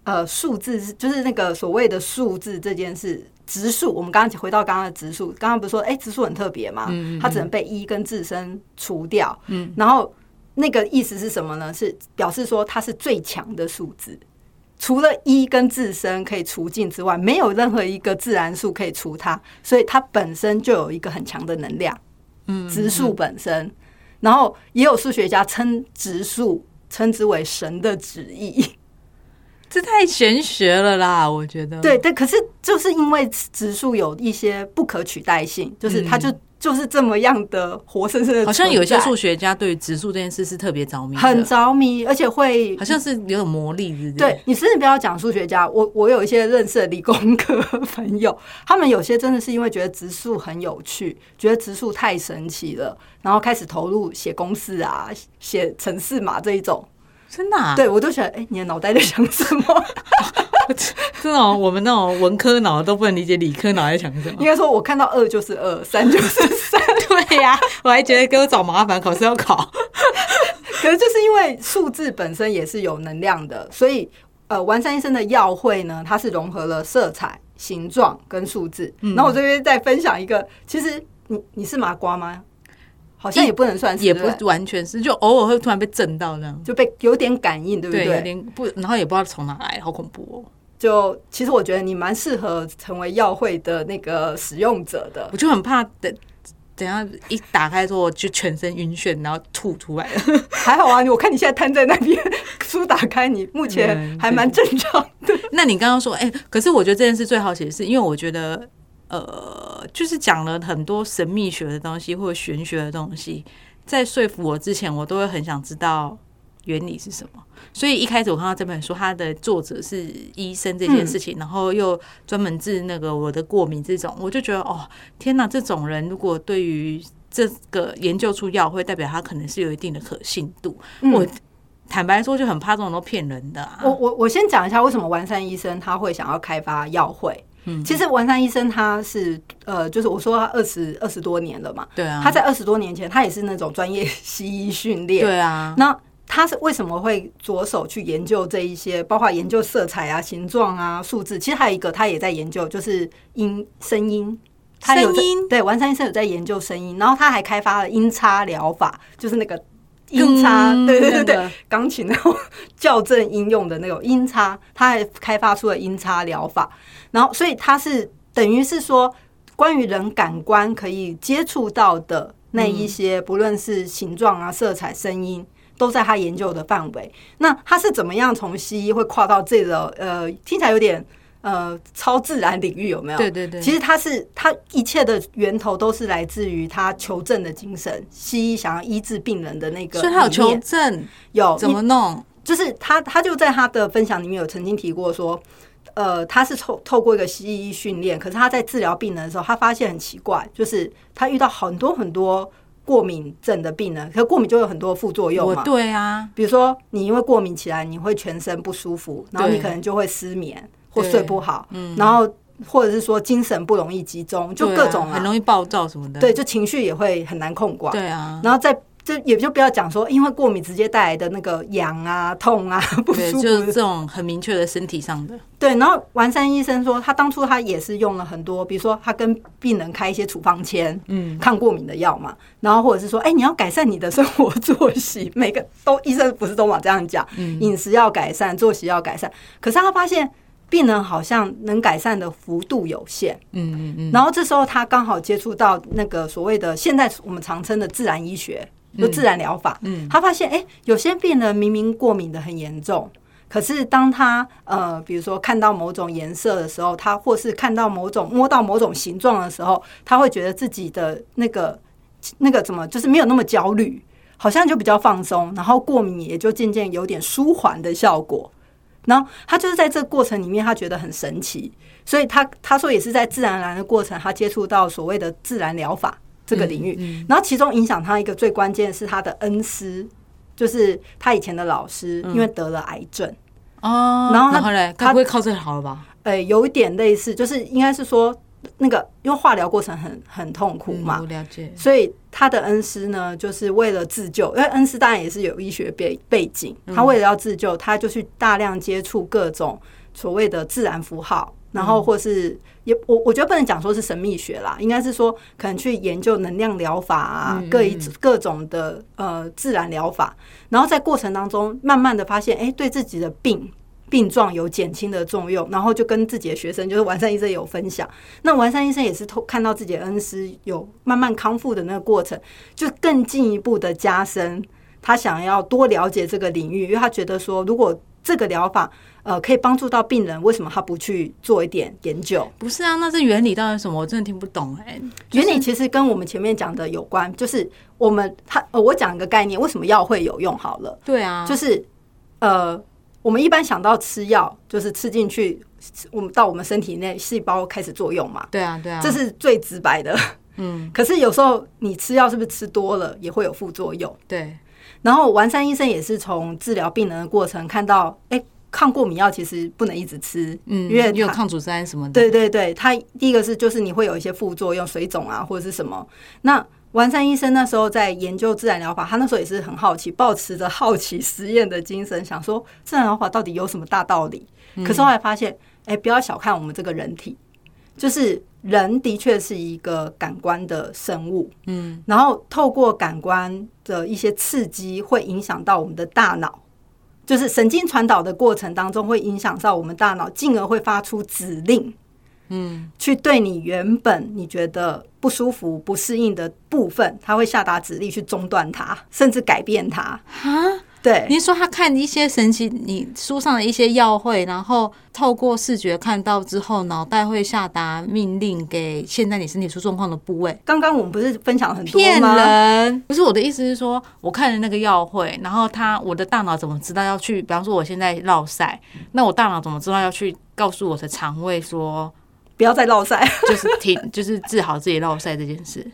Speaker 1: 呃，数字是就是那个所谓的数字这件事。植数，我们刚刚回到刚刚的植数，刚刚不是说，哎、植数很特别嘛，它只能被一跟自身除掉，嗯，然后那个意思是什么呢？是表示说它是最强的数字，除了一跟自身可以除尽之外，没有任何一个自然数可以除它，所以它本身就有一个很强的能量。嗯，植树本身，然后也有数学家称植树称之为神的旨意。
Speaker 2: 这太玄学了啦，我觉得。
Speaker 1: 对，但可是就是因为植树有一些不可取代性，就是它就、就是这么样的活生生的存在，
Speaker 2: 嗯好像有些数学家对于植树这件事是特别着迷的，
Speaker 1: 很着迷，而且会
Speaker 2: 好像是有点魔力，是不是？
Speaker 1: 对，你甚至不要讲数学家，我我有一些认识的理工科朋友，他们有些真的是因为觉得植树很有趣，觉得植树太神奇了，然后开始投入写公式啊、写程式码这一种。
Speaker 2: 真的、啊，
Speaker 1: 对我都觉得，哎、你的脑袋在想什么？
Speaker 2: 这种哦我们那种文科脑都不能理解理科脑在想什么
Speaker 1: 应。该说，我看到二就是二，三就是三。
Speaker 2: 对呀、我还觉得给我找麻烦，考试要考。
Speaker 1: 可是就是因为数字本身也是有能量的，所以呃，完善医生的药会呢，它是融合了色彩、形状跟数字。
Speaker 2: 嗯
Speaker 1: 然后我这边再分享一个，其实你你是麻瓜吗？好像也不能算是，
Speaker 2: 也
Speaker 1: 对对
Speaker 2: 不完全是，就偶尔会突然被震到这样。
Speaker 1: 就被有点感应，对不
Speaker 2: 对，
Speaker 1: 对？
Speaker 2: 有点不，然后也不知道从哪来，好恐怖哦！
Speaker 1: 就其实我觉得你蛮适合成为药会的那个使用者的。
Speaker 2: 我就很怕等等一下一打开之后，我就全身晕眩，然后吐出来了。
Speaker 1: 还好啊，你我看你现在瘫在那边，书打开你，目前
Speaker 2: 嗯
Speaker 1: 还蛮正常的。
Speaker 2: 那你刚刚说，哎、可是我觉得这件事最好奇的是，因为我觉得，呃，就是讲了很多神秘学的东西或者玄学的东西，在说服我之前，我都会很想知道原理是什么。所以一开始我看到这本书，它的作者是医生这件事情，然后又专门治那个我的过敏这种，我就觉得，哦，天哪，这种人如果对于这个研究出药，会代表他可能是有一定的可信度。我坦白说，就很怕这种都骗人的、啊。
Speaker 1: 我我我先讲一下为什么完善医生他会想要开发药会。
Speaker 2: 嗯，
Speaker 1: 其实完山医生他是呃，就是我说他二十二十多年了嘛，
Speaker 2: 对啊，
Speaker 1: 他在二十多年前他也是那种专业西医训练，
Speaker 2: 对啊，
Speaker 1: 那他是为什么会着手去研究这一些，包括研究色彩啊、形状啊、数字？其实还有一个，他也在研究，就是音声音。他有在
Speaker 2: 声音
Speaker 1: 对，完山医生有在研究声音，然后他还开发了音叉疗法，就是那个音叉，
Speaker 2: 嗯
Speaker 1: 对对对
Speaker 2: 那
Speaker 1: 对
Speaker 2: 个，
Speaker 1: 钢琴那种 校正音用的那种音叉，他还开发出了音叉疗法。然后，所以他是等于是说，关于人感官可以接触到的那一些，不论是形状啊、色彩、声音，都在他研究的范围。那他是怎么样从西医会跨到这个呃，听起来有点呃超自然领域，有没有？
Speaker 2: 对对对，
Speaker 1: 其
Speaker 2: 实
Speaker 1: 实他是他一切的源头都是来自于他求证的精神，西医想要医治病人的那个理
Speaker 2: 所以
Speaker 1: 念，哦
Speaker 2: 他有求证
Speaker 1: 有
Speaker 2: 怎么弄，
Speaker 1: 就是他，他就在他的分享里面有曾经提过说，呃，他是透透过一个西医训练，可是他在治疗病人的时候，他发现很奇怪，就是他遇到很多很多过敏症的病人，可过敏就有很多副作用
Speaker 2: 我
Speaker 1: 嘛。
Speaker 2: 对啊，
Speaker 1: 比如说，你因为过敏起来，你会全身不舒服，然后
Speaker 2: 对
Speaker 1: 你可能就会失眠或
Speaker 2: 对嗯
Speaker 1: 睡不好，然后或者是说精神不容易集中，就
Speaker 2: 对
Speaker 1: 各种
Speaker 2: 啊
Speaker 1: 啊
Speaker 2: 很容易暴躁什么的，
Speaker 1: 对，就情绪也会很难控管。
Speaker 2: 对啊，
Speaker 1: 然后再这也就不要讲说，因为过敏直接带来的那个痒啊、痛啊、 不
Speaker 2: 对，
Speaker 1: 舒服
Speaker 2: 就是这种很明确的身体上的，
Speaker 1: 对，然后完山医生说，他当初他也是用了很多，比如说他跟病人开一些处方签，
Speaker 2: 嗯，
Speaker 1: 抗过敏的药嘛，然后或者是说，哎、你要改善你的生活作息，每个都医生不是都往这样讲，
Speaker 2: 嗯
Speaker 1: 饮食要改善，作息要改善。可是他发现病人好像能改善的幅度有限，
Speaker 2: 嗯嗯嗯，
Speaker 1: 然后这时候他刚好接触到那个所谓的现在我们常称的自然医学，就自然疗法。
Speaker 2: 嗯
Speaker 1: 他发现哎、诶有些病人明明过敏的很严重，可是当他呃，比如说看到某种颜色的时候，他或是看到某种摸到某种形状的时候，他会觉得自己的那个那个怎么就是没有那么焦虑，好像就比较放松，然后过敏也就渐渐有点舒缓的效果。然后他就是在这个过程里面，他觉得很神奇，所以他他说也是在自然而然的过程，他接触到所谓的自然疗法这个领域。然后其中影响他一个最关键的是他的恩师，就是他以前的老师，因为得了癌症，
Speaker 2: 哦，
Speaker 1: 然后他
Speaker 2: 然后嘞，
Speaker 1: 他
Speaker 2: 该不会靠这个好了吧？
Speaker 1: 呃，有一点类似，就是应该是说那个因为化疗过程很很痛苦
Speaker 2: 嗯
Speaker 1: 嘛，
Speaker 2: 我了解，
Speaker 1: 所以他的恩师呢，就是为了自救，因为恩师当然也是有医学背背景，他为了要自救，他就去大量接触各种所谓的自然符号，然后或是也我我觉得不能讲说是神秘学啦，应该是说可能去研究能量疗法啊，各一各种的呃自然疗法，然后在过程当中慢慢的发现，哎、对自己的病。病状有减轻的作用，然后就跟自己的学生，就是完善医生有分享，那完善医生也是透看到自己的恩师有慢慢康复的那个过程，就更进一步的加深他想要多了解这个领域，因为他觉得说，如果这个疗法呃可以帮助到病人，为什么他不去做一点研究？
Speaker 2: 不是啊，那这原理到底是什么？我真的听不懂哎、
Speaker 1: 原理其实跟我们前面讲的有关，就是我们他呃，我讲一个概念，为什么药会有用？好了。
Speaker 2: 对啊，
Speaker 1: 就是呃，我们一般想到吃药，就是吃进去，我们到我们身体内细胞开始作用嘛，
Speaker 2: 对啊，对啊，
Speaker 1: 这是最直白的。
Speaker 2: 嗯，
Speaker 1: 可是有时候你吃药是不是吃多了也会有副作用？
Speaker 2: 对，
Speaker 1: 然后完善医生也是从治疗病人的过程看到，哎、抗过敏药其实不能一直吃，
Speaker 2: 嗯，
Speaker 1: 因为
Speaker 2: 也有
Speaker 1: 它
Speaker 2: 抗组织胺什么的，
Speaker 1: 对对对，它第一个是就是你会有一些副作用，水肿啊或者是什么。那完善医生那时候在研究自然疗法，他那时候也是很好奇，抱持着好奇实验的精神，想说自然疗法到底有什么大道理？可
Speaker 2: 嗯
Speaker 1: 是后来发现，哎、不要小看我们这个人体，就是人的确是一个感官的生物，
Speaker 2: 嗯，
Speaker 1: 然后透过感官的一些刺激，会影响到我们的大脑，就是神经传导的过程当中，会影响到我们大脑，进而会发出指令，嗯，去对你原本你觉得不舒服、不适应的部分，它会下达指令去中断它，甚至改变它。
Speaker 2: 哈，
Speaker 1: 对，
Speaker 2: 您说他看一些神奇，你书上的一些药会，然后透过视觉看到之后，脑袋会下达命令给现在你身体出状况的部位。
Speaker 1: 刚刚我们不是分享了很多
Speaker 2: 骗
Speaker 1: 吗？
Speaker 2: 人！不是我的意思是说，我看了那个药会，然后他我的大脑怎么知道要去？比方说我现在落晒，
Speaker 1: 嗯
Speaker 2: 那我大脑怎么知道要去告诉我的肠胃说，
Speaker 1: 不要再绕赛，
Speaker 2: 就是停，就是治好自己落晒这件事？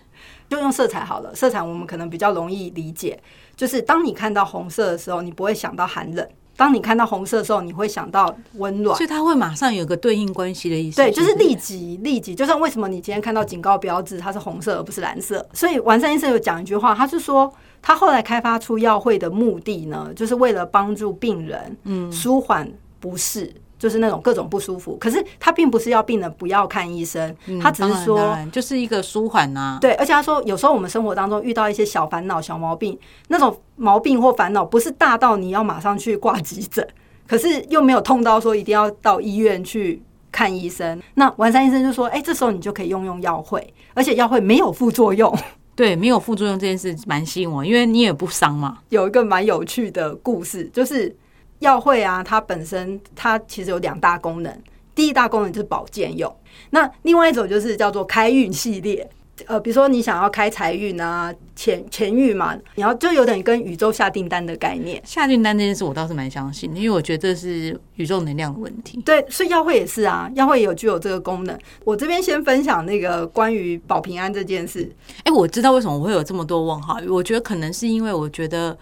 Speaker 1: 就用色彩好了。色彩我们可能比较容易理解，就是当你看到红色的时候，你不会想到寒冷，当你看到红色的时候，你会想到温暖
Speaker 2: 所。以它会马上有个对应关系的意思。
Speaker 1: 对，就是
Speaker 2: 不
Speaker 1: 立即立即，就像为什么你今天看到警告标志它是红色而不是蓝色？所以完善医生有讲一句话，他是说他后来开发出药会的目的呢，就是为了帮助病人，嗯，舒缓不适。就是那种各种不舒服，可是他并不是要病人不要看医生，
Speaker 2: 嗯
Speaker 1: 他只
Speaker 2: 当
Speaker 1: 是
Speaker 2: 然
Speaker 1: 说
Speaker 2: 当然就是一个舒缓啊呐、
Speaker 1: 对，而且他说，有时候我们生活当中遇到一些小烦恼、小毛病，那种毛病或烦恼不是大到你要马上去挂急诊，可是又没有痛到说一定要到医院去看医生。那完善医生就说：“哎、这时候你就可以用用药会，而且药会没有副作用。”
Speaker 2: 对，没有副作用这件事蛮吸引我，因为你也不伤嘛。
Speaker 1: 有一个蛮有趣的故事，就是药会啊，它本身它其实有两大功能，第一大功能就是保健用，那另外一种就是叫做开运系列。呃，比如说你想要开财运啊、钱钱运嘛，你要就有点跟宇宙下订单的概念。
Speaker 2: 下订单这件事我倒是蛮相信的，因为我觉得这是宇宙能量的问题。
Speaker 1: 对，所以药会也是啊，药会也有具有这个功能。我这边先分享那个关于保平安这件事，
Speaker 2: 哎、我知道为什么我会有这么多问号，我觉得可能是因为我觉得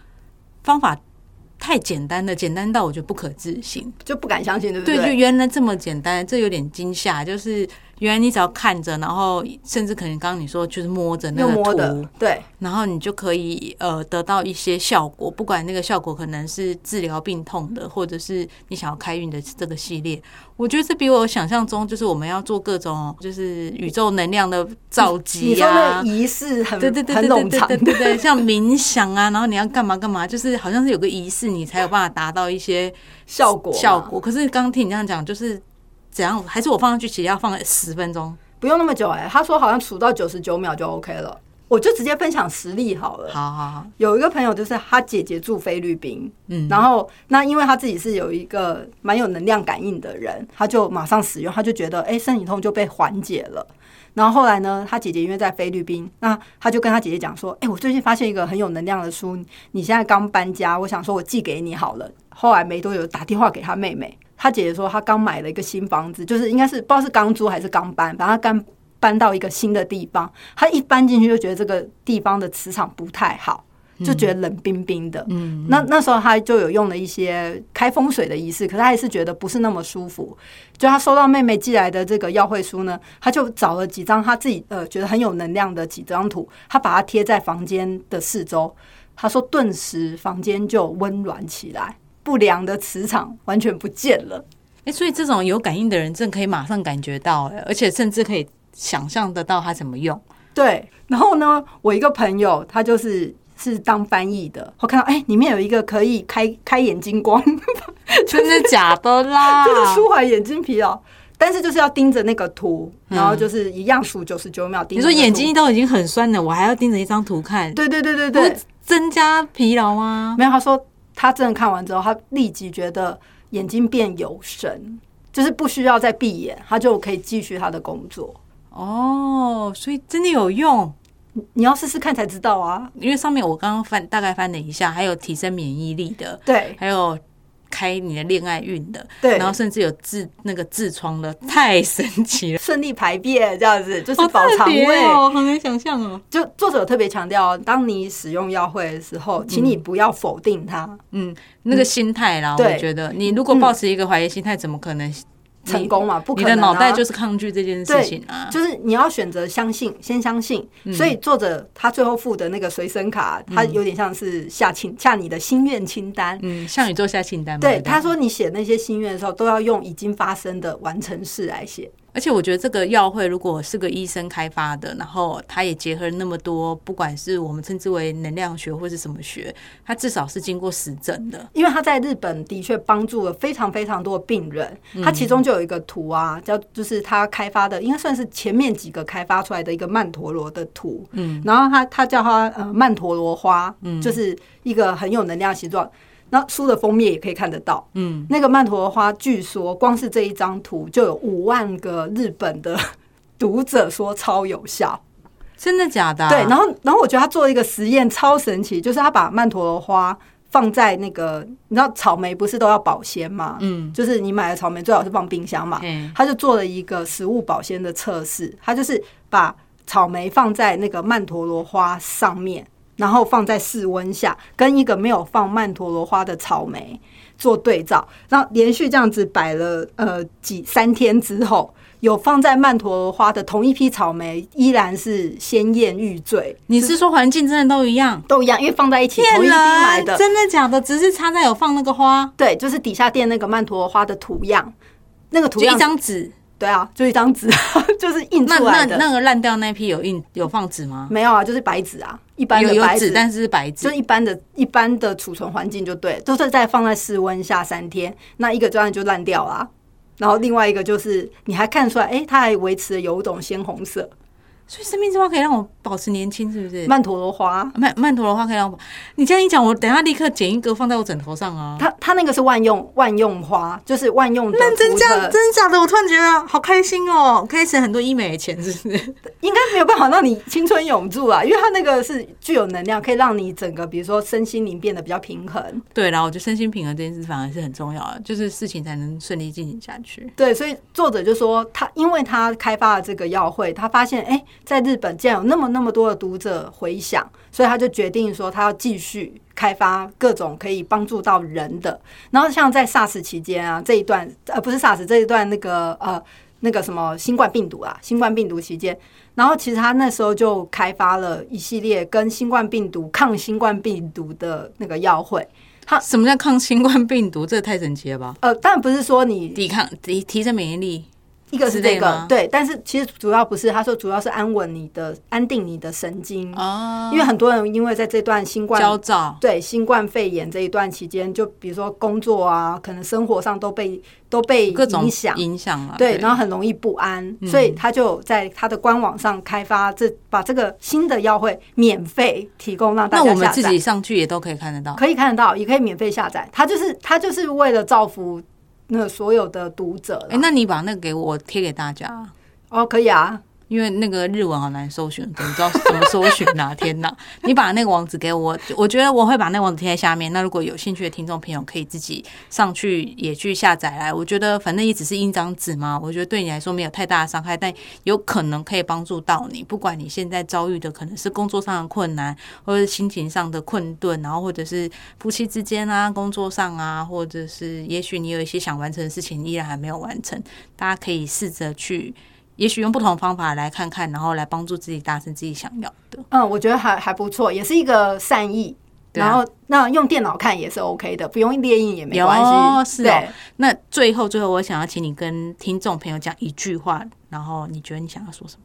Speaker 2: 方法太简单了，简单到我觉得不可置信。
Speaker 1: 就不敢相信，对不
Speaker 2: 对，就
Speaker 1: 对？
Speaker 2: 原来这么简单，这有点惊吓。就是原来你只要看着，然后甚至可能刚刚你说就是摸着那
Speaker 1: 用
Speaker 2: 个
Speaker 1: 摸的
Speaker 2: 图，，
Speaker 1: 对，
Speaker 2: 然后你就可以呃得到一些效果，不管那个效果可能是治疗病痛的，或者是你想要开运的这个系列。我觉得这比我想象中就是我们要做各种就是宇宙能量的召
Speaker 1: 你
Speaker 2: 集
Speaker 1: 说那
Speaker 2: 啊
Speaker 1: 个。仪式很
Speaker 2: 对对对
Speaker 1: 很
Speaker 2: 对
Speaker 1: 冗
Speaker 2: 对
Speaker 1: 长，
Speaker 2: 对对对，像冥想啊，然后你要干嘛干嘛，就是好像是有个仪式，你才有办法达到一些
Speaker 1: 效果嘛
Speaker 2: 效果。可是刚听你这样讲，就是怎样？还是我放上去，其实要放十分钟。
Speaker 1: 不用那么久哎、他说好像数到九十九秒就 OK 了，我就直接分享实例好了。
Speaker 2: 好好好，
Speaker 1: 有一个朋友就是他姐姐住菲律宾，
Speaker 2: 嗯，
Speaker 1: 然后那因为他自己是有一个蛮有能量感应的人，他就马上使用，他就觉得哎、身体痛就被缓解了。然后后来呢，他姐姐因为在菲律宾，那他就跟他姐姐讲说：“哎、我最近发现一个很有能量的书，你现在刚搬家，我想说我寄给你好了。”后来没多久打电话给他妹妹，他姐姐说她刚买了一个新房子，就是应该是不知道是刚租还是刚搬，反正她刚搬到一个新的地方，她一搬进去就觉得这个地方的磁场不太好。就觉得冷冰冰的，嗯，那那时候他就有用了一些开风水的仪式，可是他还是觉得不是那么舒服。就他收到妹妹寄来的这个药会书呢，他就找了几张他自己呃觉得很有能量的几张图，他把它贴在房间的四周。他说，顿时房间就温暖起来，不良的磁场完全不见了。
Speaker 2: 哎、所以这种有感应的人，真的可以马上感觉到、哎，而且甚至可以想象得到他怎么用。
Speaker 1: 对，然后呢，我一个朋友他就是是当翻译的，我看到哎、里面有一个可以开开眼睛光，
Speaker 2: 真的假 的啦？
Speaker 1: 就是舒缓眼睛疲劳。但是就是要盯着那个图，然后就是一样数九十九秒。盯
Speaker 2: 嗯你
Speaker 1: 着
Speaker 2: 说
Speaker 1: 那个
Speaker 2: 眼
Speaker 1: 图
Speaker 2: 睛都已经很酸了，我还要盯着一张图看，
Speaker 1: 对对对对
Speaker 2: 不
Speaker 1: 对
Speaker 2: 是，增加疲劳吗？
Speaker 1: 没有，他说他真的看完之后，他立即觉得眼睛变有神，就是不需要再闭眼，他就可以继续他的工作。
Speaker 2: 哦，所以真的有用。
Speaker 1: 你你要试试看才知道啊。
Speaker 2: 因为上面我刚刚翻大概翻了一下，还有提升免疫力的，
Speaker 1: 对
Speaker 2: 还有开你的恋爱运的，
Speaker 1: 对
Speaker 2: 然后甚至有痔那个痔疮的， 太神奇了，
Speaker 1: 顺利排便这样子就是饱
Speaker 2: 好特
Speaker 1: 肠
Speaker 2: 别
Speaker 1: 胃。
Speaker 2: 哦，好难想象哦。
Speaker 1: 就作者有特别强调，当你使用药会的时候，请你不要否定它。
Speaker 2: 嗯，那个心态啦，
Speaker 1: 对
Speaker 2: 我觉得你如果保持一个怀疑心态，怎么可能
Speaker 1: 成功嘛不可
Speaker 2: 你的
Speaker 1: 能啊
Speaker 2: 脑袋就是抗拒这件事情啊。
Speaker 1: 就是你要选择相信，先相信。所以作者他最后附的那个随身卡，他有点像是下清下你的心愿清单。
Speaker 2: 嗯，向宇宙下清单嘛。
Speaker 1: 对，
Speaker 2: 不
Speaker 1: 他说你写那些心愿的时候，都要用已经发生的完成式来写。
Speaker 2: 而且我觉得这个药会如果是个医生开发的，然后他也结合那么多，不管是我们称之为能量学或是什么学，它至少是经过实证的。
Speaker 1: 因为他在日本的确帮助了非常非常多的病人，他其中就有一个图啊，叫就是他开发的，应该算是前面几个开发出来的一个曼陀罗的图，嗯，然后他他叫它呃曼陀罗花，嗯，就是一个很有能量的形状。那书的封面也可以看得到，嗯，那个曼陀罗花，据说光是这一张图就有五万个日本的 读者说超有效，
Speaker 2: 真的假的啊、
Speaker 1: 对，然后然后我觉得他做了一个实验超神奇，就是他把曼陀罗花放在那个，你知道草莓不是都要保鲜嘛？嗯，就是你买的草莓最好是放冰箱嘛。
Speaker 2: 嗯
Speaker 1: 他就做了一个食物保鲜的测试，他就是把草莓放在那个曼陀罗花上面，然后放在室温下，跟一个没有放曼陀罗花的草莓。做对照，然后连续这样子摆了呃几三天之后，有放在曼陀花的同一批草莓依然是鲜艳欲坠，
Speaker 2: 你是说环境真的都一样？
Speaker 1: 都一样，因为放在一起
Speaker 2: 骗
Speaker 1: 同一批买
Speaker 2: 人！
Speaker 1: 的，
Speaker 2: 真的假的？只是插在有放那个花，
Speaker 1: 对，就是底下垫那个曼陀花的图样，那个图
Speaker 2: 就一
Speaker 1: 样
Speaker 2: 张纸。
Speaker 1: 对啊，就一张纸， 就是印
Speaker 2: 那
Speaker 1: 出
Speaker 2: 那
Speaker 1: 来的。
Speaker 2: 那个烂掉那批有印有放纸吗？
Speaker 1: 没有啊，就是白纸啊，一般
Speaker 2: 有
Speaker 1: 的
Speaker 2: 有
Speaker 1: 白
Speaker 2: 纸，但是是白纸
Speaker 1: 就。一般的、一般的储存环境就对，都是在放在室温下三天，那一个当然就烂掉啦。然后另外一个就是，你还看出来，哎、它还维持了有一种鲜红色，
Speaker 2: 所以生命之花可以让我保持年轻，是不是？
Speaker 1: 曼陀罗花，
Speaker 2: 曼曼陀罗花可以让我，你这样一讲，我等一下立刻剪一个放在我枕头上啊！
Speaker 1: 它它那个是万用万用花，就是万用的
Speaker 2: 认真
Speaker 1: 图
Speaker 2: 这样，
Speaker 1: 腾
Speaker 2: 真假的，我突然觉得好开心哦，可以省很多医美的钱，是不是？
Speaker 1: 应该没有办法让你青春永驻啊，因为它那个是具有能量，可以让你整个比如说身心灵变得比较平衡。
Speaker 2: 对啦，我觉得身心平衡这件事反而是很重要的，就是事情才能顺利进行下去。
Speaker 1: 对，所以作者就说他，因为他开发了这个药会，他发现哎、诶在日本竟然有那么那么多的读者回响，所以他就决定说他要继续开发各种可以帮助到人的。然后像在 SARS 期间啊，这一段呃不是 SARS 这一段那个呃那个什么新冠病毒啊，新冠病毒期间，然后其实他那时候就开发了一系列跟新冠病毒抗新冠病毒的那个药会。
Speaker 2: 啊什么叫抗新冠病毒？这太神奇了吧！
Speaker 1: 呃，当然不是说你
Speaker 2: 抵抗提提升免疫力，
Speaker 1: 一个
Speaker 2: 之
Speaker 1: 是
Speaker 2: 类
Speaker 1: 这个
Speaker 2: 吗，
Speaker 1: 对，但是其实主要不是，他说主要是安稳你的、安定你的神经，
Speaker 2: 哦
Speaker 1: 因为很多人因为在这段新
Speaker 2: 焦
Speaker 1: 冠
Speaker 2: 躁，
Speaker 1: 对新冠肺炎这一段期间，就比如说工作啊，可能生活上都被都被
Speaker 2: 各种
Speaker 1: 影响，
Speaker 2: 影响啊嗯了。
Speaker 1: 对，然后很容易不安，所以他就在他的官网上开发这把这个新的药会免费提供让大
Speaker 2: 那
Speaker 1: 家
Speaker 2: 我们
Speaker 1: 下
Speaker 2: 自
Speaker 1: 载
Speaker 2: 己上去也都可以看得到。
Speaker 1: 可以看得到，也可以免费下载，他就是他就是为了造福那所有的读者啦，
Speaker 2: 哎、那你把那个给我，我贴给大家。
Speaker 1: 哦，可以啊，
Speaker 2: 因为那个日文好难搜寻，怎么知道怎么搜寻哪、 天哪，你把那个网址给我，我觉得我会把那个网址贴在下面。那如果有兴趣的听众朋友，可以自己上去也去下载来。我觉得反正也只是印张纸嘛，我觉得对你来说没有太大的伤害，但有可能可以帮助到你。不管你现在遭遇的可能是工作上的困难，或者是心情上的困顿，然后或者是夫妻之间啊、工作上啊，或者是也许你有一些想完成的事情依然还没有完成，大家可以试着去也许用不同的方法来看看，然后来帮助自己达成自己想要的。
Speaker 1: 嗯，我觉得还还不错，也是一个善意。
Speaker 2: 对啊
Speaker 1: 然后那用电脑看也是 OK 的，不用列印也没
Speaker 2: 有
Speaker 1: 关系。
Speaker 2: 是
Speaker 1: 对
Speaker 2: 哦，那最后最后，我想要请你跟听众朋友讲一句话，然后你觉得你想要说什么？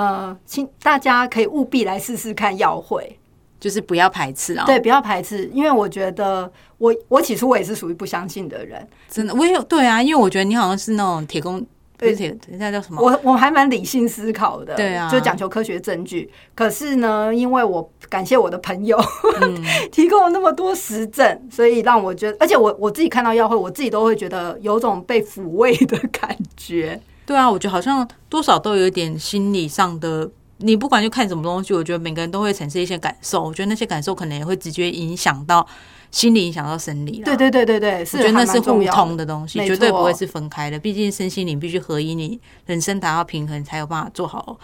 Speaker 1: 呃，请大家可以务必来试试看药会，
Speaker 2: 就是不要排斥啊！，
Speaker 1: 对，不要排斥，因为我觉得我我起初我也是属于不相信的人，
Speaker 2: 真的，我也有对啊，因为我觉得你好像是那种铁公，不是铁，那叫什么？
Speaker 1: 我我还蛮理性思考的，
Speaker 2: 对啊
Speaker 1: 就讲求科学证据。可是呢，因为我感谢我的朋友、
Speaker 2: 嗯
Speaker 1: 提供了那么多实证，所以让我觉得，而且我我自己看到药会，我自己都会觉得有种被抚慰的感觉。
Speaker 2: 对啊，我觉得好像多少都有一点心理上的。你不管去看什么东西，我觉得每个人都会产生一些感受。我觉得那些感受可能也会直接影响到心理，影响到生理啦。
Speaker 1: 对对对对对，是
Speaker 2: 我觉得那
Speaker 1: 还
Speaker 2: 是
Speaker 1: 蛮重
Speaker 2: 互
Speaker 1: 要的
Speaker 2: 通的东西，
Speaker 1: 没
Speaker 2: 绝对
Speaker 1: 错
Speaker 2: 不会是分开的。毕竟身心灵必须合一，你人生达到平衡，才有办法做好，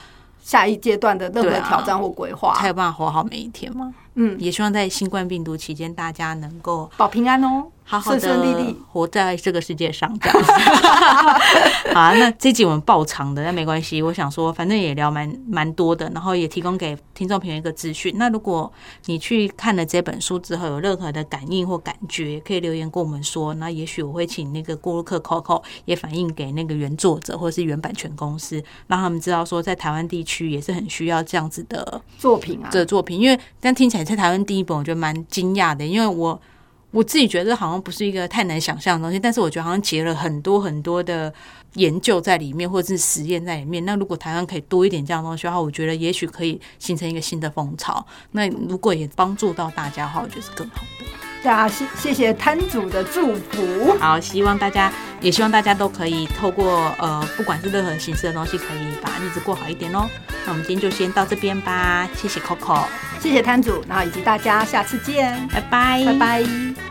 Speaker 1: 下一阶段的任何
Speaker 2: 对啊
Speaker 1: 挑战或规划。
Speaker 2: 才有办法活好每一天嘛。
Speaker 1: 嗯，
Speaker 2: 也希望在新冠病毒期间，大家能够
Speaker 1: 保平安哦，
Speaker 2: 好好
Speaker 1: 顺顺利
Speaker 2: 的
Speaker 1: 利。
Speaker 2: 活在这个世界上，这样子。 好、啊，那这集我们爆长的，但没关系。我想说，反正也聊蛮蛮多的，然后也提供给听众朋友一个资讯。那如果你去看了这本书之后，有任何的感应或感觉，可以留言跟我们说。那也许我会请那个过路客 Coco 也反映给那个原作者或是原版权公司，让他们知道说，在台湾地区也是很需要这样子的
Speaker 1: 作品啊，
Speaker 2: 这作品，因为但听起来在台湾第一本，我觉得蛮惊讶的，因为我我自己觉得好像不是一个太难想象的东西，但是我觉得好像结了很多很多的研究在里面，或者是实验在里面。那如果台湾可以多一点这样的东西的话，我觉得也许可以形成一个新的风潮。那如果也帮助到大家的话，我觉得是更好的。
Speaker 1: 大家谢谢谢摊主的祝福，
Speaker 2: 好，希望大家也希望大家都可以透过呃，不管是任何形式的东西，可以把日子过好一点哦。那我们今天就先到这边吧，谢谢 Coco，
Speaker 1: 谢谢摊主，然后以及大家，下次见，
Speaker 2: 拜拜，
Speaker 1: 拜拜